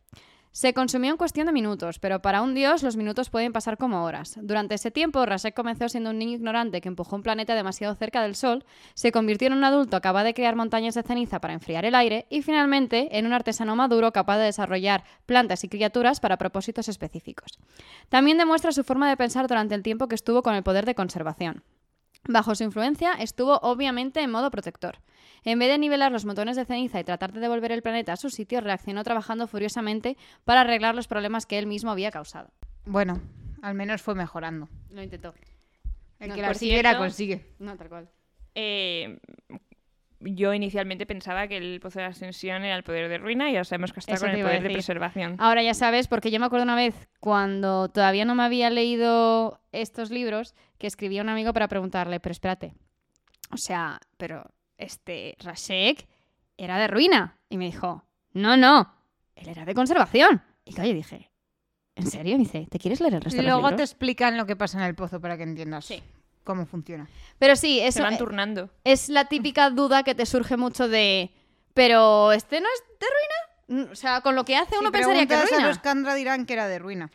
Se consumió en cuestión de minutos, pero para un dios los minutos pueden pasar como horas. Durante ese tiempo, Rasek comenzó siendo un niño ignorante que empujó un planeta demasiado cerca del Sol, se convirtió en un adulto capaz de crear montañas de ceniza para enfriar el aire y finalmente en un artesano maduro capaz de desarrollar plantas y criaturas para propósitos específicos. También demuestra su forma de pensar durante el tiempo que estuvo con el poder de conservación. Bajo su influencia estuvo obviamente en modo protector. En vez de nivelar los montones de ceniza y tratar de devolver el planeta a su sitio, reaccionó trabajando furiosamente para arreglar los problemas que él mismo había causado.
Bueno, al menos fue mejorando.
Lo intentó.
El
No,
que la pues
por
sigue, la
cierto-
consigue.
No, tal cual.
Eh, yo inicialmente pensaba que el pozo de ascensión era el poder de ruina y ahora sabemos que está
Eso
con
te
el
iba a
poder de
decir. Ah,
preservación.
Ahora ya sabes, porque yo me acuerdo una vez cuando todavía no me había leído estos libros, que escribí a un amigo para preguntarle, pero espérate, o sea, pero este Rashek era de ruina. Y me dijo, no, no, él era de conservación. Y claro, yo dije, ¿en serio? Y me dice, ¿te quieres leer el resto de los
Luego te
libros?".
explican lo que pasa en el pozo para que entiendas
Sí.
cómo funciona.
Pero sí,
Se
eso
van
eh,
turnando.
es la típica duda que te surge mucho de, pero este no es de ruina. Mm, O sea, con lo que hace uno
Si
pensaría que es
preguntas
ruina.
a los Kandra dirán que era de ruina.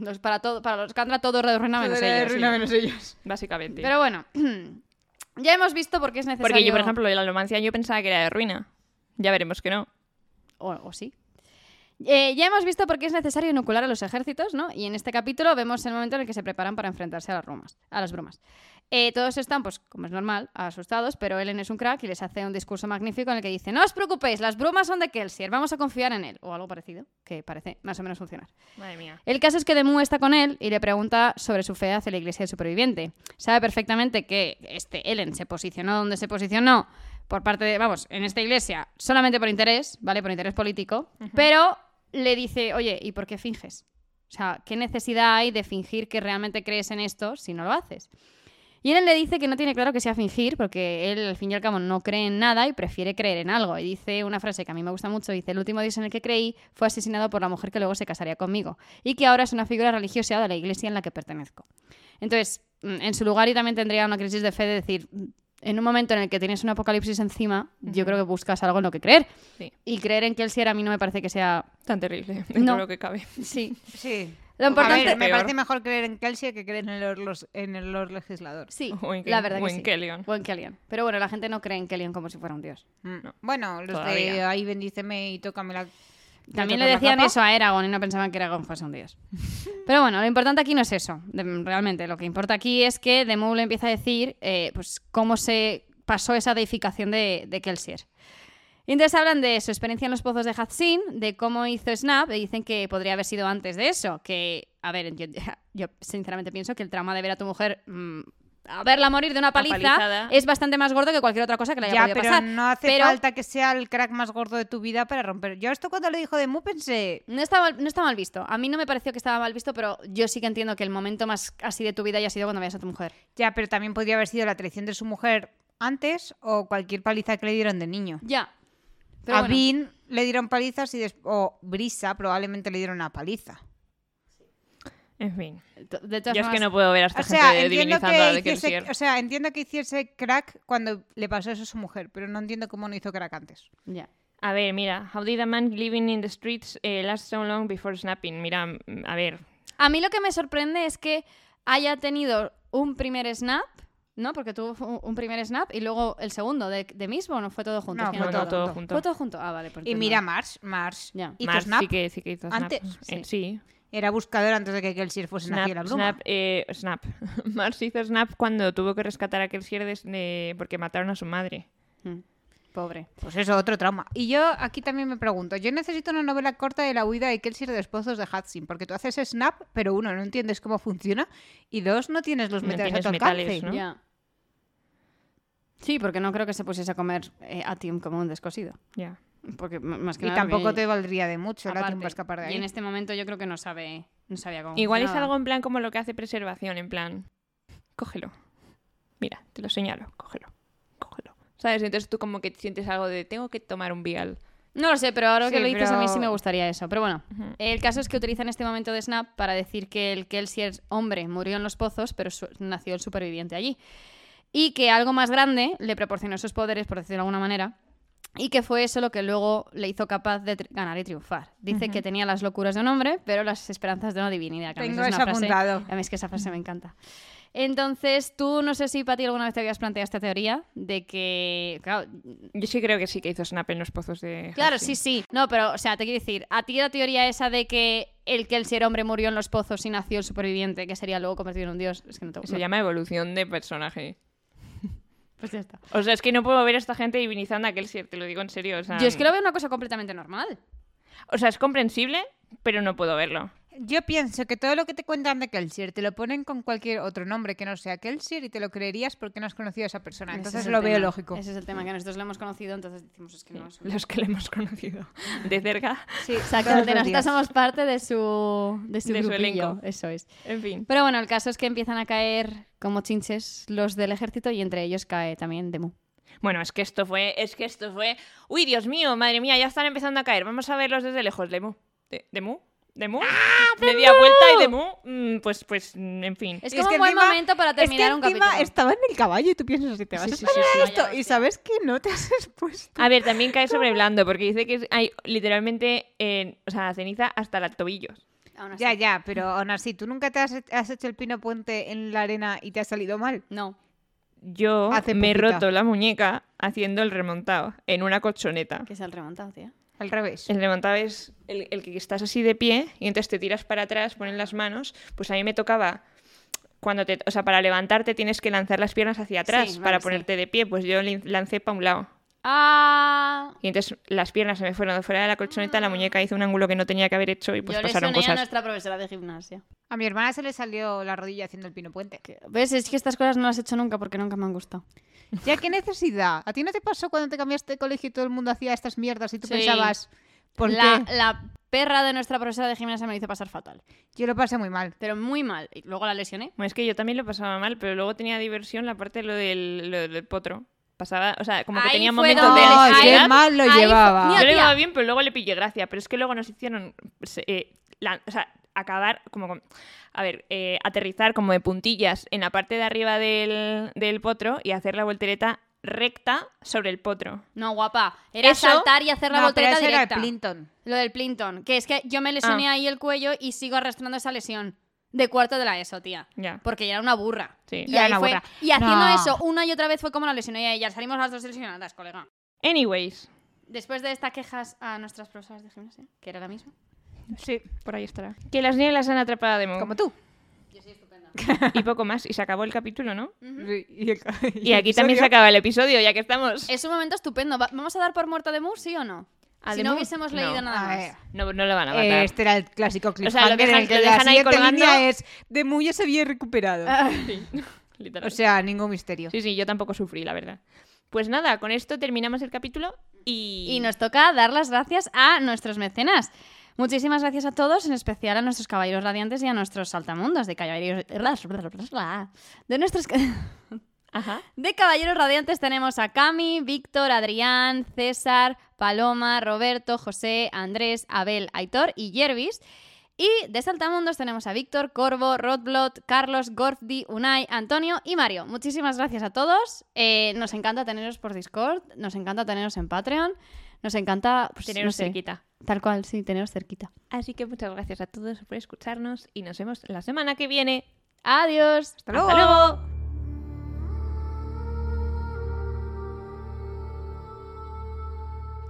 Los- para, todo, para los Kandra todo era de ruina menos
Era de
ellos.
ruina menos ellos.
Básicamente.
Pero bueno, ya hemos visto por qué es necesario.
Porque yo, por ejemplo, la alomancia yo pensaba que era de ruina. Ya veremos que no.
O, o sí. Eh, ya hemos visto por qué es necesario inocular a los ejércitos, ¿no? Y en este capítulo vemos el momento en el que se preparan para enfrentarse a las, rumas, a las brumas. Eh, todos están, pues, como es normal, asustados, pero Ellen es un crack y les hace un discurso magnífico en el que dice: No os preocupéis, las brumas son de Kelsier, vamos a confiar en él. O algo parecido, que parece más o menos funcionar.
Madre mía.
El caso es que Demu está con él y le pregunta sobre su fe hacia la iglesia del superviviente. Sabe perfectamente que este Ellen se posicionó donde se posicionó por parte de, vamos, en esta iglesia, solamente por interés, ¿vale? Por interés político, pero le dice, oye, ¿y por qué finges? O sea, ¿qué necesidad hay de fingir que realmente crees en esto si no lo haces? Y Ellen le dice que no tiene claro que sea fingir, porque él al fin y al cabo no cree en nada y prefiere creer en algo. Y dice una frase que a mí me gusta mucho, dice, el último dios en el que creí fue asesinado por la mujer que luego se casaría conmigo, y que ahora es una figura religiosa de la iglesia en la que pertenezco. Entonces, mm, en su lugar yo también tendría una crisis de fe de decir, mm, en un momento en el que tienes un apocalipsis encima, yo
Ujú.
creo que buscas algo en lo que creer.
Sí.
Y creer en que él sí era a mí no me parece que sea...
Tan terrible.
No.
No. lo que cabe.
Sí.
Sí.
Lo importante-
A ver, me
Peor.
parece mejor creer en Kelsey que creer en el Lord, los- en el Lord Legislador.
Sí,
O en,
la verdad
o
que
en
sí.
Kellyon.
O en Kellyan. Pero bueno, la gente no cree en Kellyan como si fuera un dios.
Mm.
No.
Bueno, los de
Todavía.
ahí bendíceme y tócame la...
También
¿Le
le
tocó la
decían
capa?
eso a Eragon y no pensaban que Eragon fuese un dios. Pero bueno, lo importante aquí no es eso, de- realmente. Lo que importa aquí es que de Mule empieza a decir eh, pues, cómo se pasó esa deificación de, de Kelsier. Y entonces hablan de su experiencia en los pozos de Hatzin, de cómo hizo Snap, y dicen que podría haber sido antes de eso. Que, a ver, yo, yo sinceramente pienso que el trauma de ver a tu mujer, mm, a verla morir de una paliza,
Apalizada.
es bastante más gordo que cualquier otra cosa que le haya
Ya,
podido
pero
pasar.
no hace
Pero-
falta que sea el crack más gordo de tu vida para romper. Yo esto cuando le dijo de Mu pensé...
No está, mal, no está mal visto. A mí no me pareció que estaba mal visto, pero yo sí que entiendo que el momento más así de tu vida haya sido cuando veas a tu mujer.
Ya, pero también podría haber sido la traición de su mujer antes o cualquier paliza que le dieron de niño.
Ya.
a Vin le dieron palizas y des- o Brisa probablemente le dieron una paliza.
En fin.
de todas
Yo es que
formas-
no puedo ver a esta
O sea,
gente
entiendo
divinizando a
que
de
hiciese,
Kelsier.
o sea, entiendo que hiciese crack cuando le pasó eso a su mujer, pero no entiendo cómo no hizo crack antes.
Ya.
A ver, mira. How did a man living in the streets eh, last so long before snapping? Mira, mm, a ver.
A mí lo que me sorprende es que haya tenido un primer snap, ¿no? Porque tuvo un- un primer snap y luego el segundo de, de mismo, ¿no? Fue todo junto.
No,
Es que
fue
No,
todo
no, todo
junto.
junto.
Fue todo junto. Ah, vale. pues
Y
entonces
mira
no.
Mars, Mars
Ya.
hizo
Mars
Snap.
sí que, sí que hizo snap.
Antes,
Eh, sí.
Era buscador antes de que Kelsier fuese nacido la
Snap,
bruma.
snap, eh, snap. Mars hizo Snap cuando tuvo que rescatar a Kelsier des- de- porque mataron a su madre.
Mm. Pobre.
Pues eso, otro trauma. Y yo aquí también me pregunto, yo necesito una novela corta de la huida de Kelsier de los pozos de Hudson, porque tú haces Snap, pero uno, no entiendes cómo funciona, y dos, no tienes los
No
metales
tienes
a tu
metales,
alcance.
¿no?
Ya. Sí, porque no creo que se pusiese a comer eh, Atium como un descosido.
Ya.
Porque m- más que
Y
nada
tampoco
porque-
te valdría de mucho la
aparte.
tiempo escapar de ahí.
Y en este momento yo creo que no sabe, no sabía cómo.
Igual es
funcionaba.
algo en plan como lo que hace preservación, en plan, cógelo. Mira, te lo señalo, cógelo, cógelo. ¿Sabes? Entonces tú como que sientes algo de, tengo que tomar un vial.
No lo sé, pero ahora que
Sí,
lo dices a mí
pero-
sí me gustaría eso. Pero bueno,
Ujú.
el caso es que utilizan este momento de Snap para decir que el Kelsier hombre murió en los pozos, pero su- nació el superviviente allí. Y que algo más grande le proporcionó esos poderes, por decirlo de alguna manera, y que fue eso lo que luego le hizo capaz de tri- ganar y triunfar. Dice que tenía las locuras de un hombre, pero las esperanzas de una divinidad. que a mí
Tengo
es una
eso
frase-
apuntado.
A mí es que esa frase me encanta. Entonces, tú no sé si, Pati, alguna vez te habías planteado esta teoría de que, claro,
Yo sí creo que sí que hizo Snap en los pozos de...
Claro,
Hudson.
sí, sí. No, pero, o sea, te quiero decir, a ti la teoría esa de que el que el ser hombre murió en los pozos y nació el superviviente, que sería luego convertido en un dios, es que no te
Se
gusta.
llama evolución de personaje.
Pues ya está.
O sea, es que no puedo ver a esta gente divinizando a Kelsier, te lo digo en serio. O sea,
Yo es que lo veo una cosa completamente normal.
o sea es comprensible, pero no puedo verlo.
Yo pienso que todo lo que te cuentan de Kelsier te lo ponen con cualquier otro nombre que no sea Kelsier y te lo creerías porque no has conocido a esa persona.
Ese
Entonces
es el
lo veo
tema.
lógico.
Ese es el tema, que nosotros lo hemos conocido, entonces decimos, es que no. es un-
Los que le hemos conocido de cerca.
Sí,
Exactamente,
todos los
nosotros
días.
somos parte de su, de su
De su
grupillo,
elenco.
Eso es.
En fin.
Pero bueno, el caso es que empiezan a caer como chinches los del ejército y entre ellos cae también Demu.
Bueno, es que esto fue, es que esto fue. Uy, Dios mío, madre mía, ya están empezando a caer. Vamos a verlos desde lejos, Demu. ¿De, ¿Demu? ¿Demu? Media vuelta y Demu. mm, pues, pues, mm, en fin.
Es
Y
como un buen
encima-
momento para terminar
es que
un
encima
capítulo.
estaba en el caballo y tú piensas que te vas
Sí,
a
sí,
esperar
sí,
a
sí.
esto
Vaya
y
hostia.
sabes que no te has expuesto.
A ver, también cae sobre blando, porque dice que hay literalmente, eh, o sea, ceniza hasta los tobillos.
Aún así.
Ya, ya, pero aún así, tú nunca te has, has hecho el pino puente en la arena y te ha salido mal.
No.
Yo
Hace
me he
poquita.
roto la muñeca haciendo el remontado en una colchoneta.
Que es el remontado, tía.
Al revés.
El levantado es el, el que estás así de pie y entonces te tiras para atrás, pones las manos. Pues a mí me tocaba, cuando te, o sea, para levantarte tienes que lanzar las piernas hacia atrás
vale,
para
sí.
ponerte de pie. Pues yo lin- lancé para un lado.
Ah,
Y entonces las piernas se me fueron fuera de la colchoneta, la muñeca hizo un ángulo que no tenía que haber hecho y pues
yo
pasaron
lesioné a
cosas.
nuestra profesora de gimnasia.
A mi hermana se le salió la rodilla haciendo el pino puente.
¿Ves? Es que estas cosas no las he hecho nunca porque nunca me han gustado.
Ya, ¿qué necesidad? ¿A ti no te pasó cuando te cambiaste de colegio y todo el mundo hacía estas mierdas y tú
Sí.
pensabas, ¿por
la,
qué?
la perra de nuestra profesora de gimnasia me lo hizo pasar fatal.
Yo lo pasé muy mal.
Pero muy mal. Y luego la lesioné.
Bueno, es que yo también lo pasaba mal, pero luego tenía diversión la parte de lo del, lo del potro. Pasaba, o sea, como que
Ahí
tenía
fue
momentos
donde-
de
Ay,
ansiedad.
qué
mal lo
ahí fue-
llevaba.
Mira,
Yo le
tía,
daba bien, pero luego le pillé gracia. Pero es que luego nos hicieron. pues, eh, la- o sea, acabar como. con- a ver, eh, aterrizar como de puntillas en la parte de arriba del, del potro y hacer la voltereta recta sobre el potro.
No, guapa. Era
Eso-
saltar y hacer la
No, pero
voltereta
ese era el
directa.
Plinton.
Lo del Plinton. Que es que yo me lesioné
Ah.
ahí el cuello y sigo arrastrando esa lesión. De cuarto de la ESO, tía.
Ya.
Porque ya era una burra.
Sí.
y,
Era
ahí
una
fue-
burra.
y haciendo
No.
eso una y otra vez fue como la lesioné a ella. Salimos las dos lesionadas, colega.
Anyways.
Después de estas quejas a nuestras profesoras de gimnasia, que era la misma.
Sí, por ahí estará. Que las nieblas han atrapado a Demo.
Como tú.
Yo soy estupenda.
Y poco más. Y se acabó el capítulo, ¿no?
Y, el-
Y aquí también se
episodio.
acaba el episodio, ya que estamos.
Es un momento estupendo. Va- ¿Vamos a dar por muerto a Demu, sí o no?
¿A
si
The
no
Moon?
hubiésemos
No.
leído nada
A
más.
ver.
No, no lo van a matar.
Este era el clásico cliffhanger en
dejan-
el que
lo
la
dejan ahí
siguiente
colgando. Ah.
línea es de muy ya se había recuperado.
Literal.
O sea, ningún misterio.
sí, sí, yo tampoco sufrí, la verdad. Pues nada, con esto terminamos el capítulo y.
Y nos toca dar las gracias a nuestros mecenas. Muchísimas gracias a todos, en especial a nuestros caballeros radiantes y a nuestros saltamundos de caballeros. De nuestros.
Ajá.
De Caballeros Radiantes tenemos a Cami, Víctor, Adrián, César, Paloma, Roberto, José, Andrés, Abel, Aitor y Jervis. Y de Saltamundos tenemos a Víctor, Corvo, Rodblot, Carlos, Gorfdi, Unai, Antonio y Mario. Muchísimas gracias a todos. Eh, nos encanta teneros por Discord, nos encanta teneros en Patreon, nos encanta pues,
Teneros
no sé,
cerquita.
Tal cual, sí, teneros cerquita.
Así que muchas gracias a todos por escucharnos y nos vemos la semana que viene.
Adiós.
¡Hasta luego!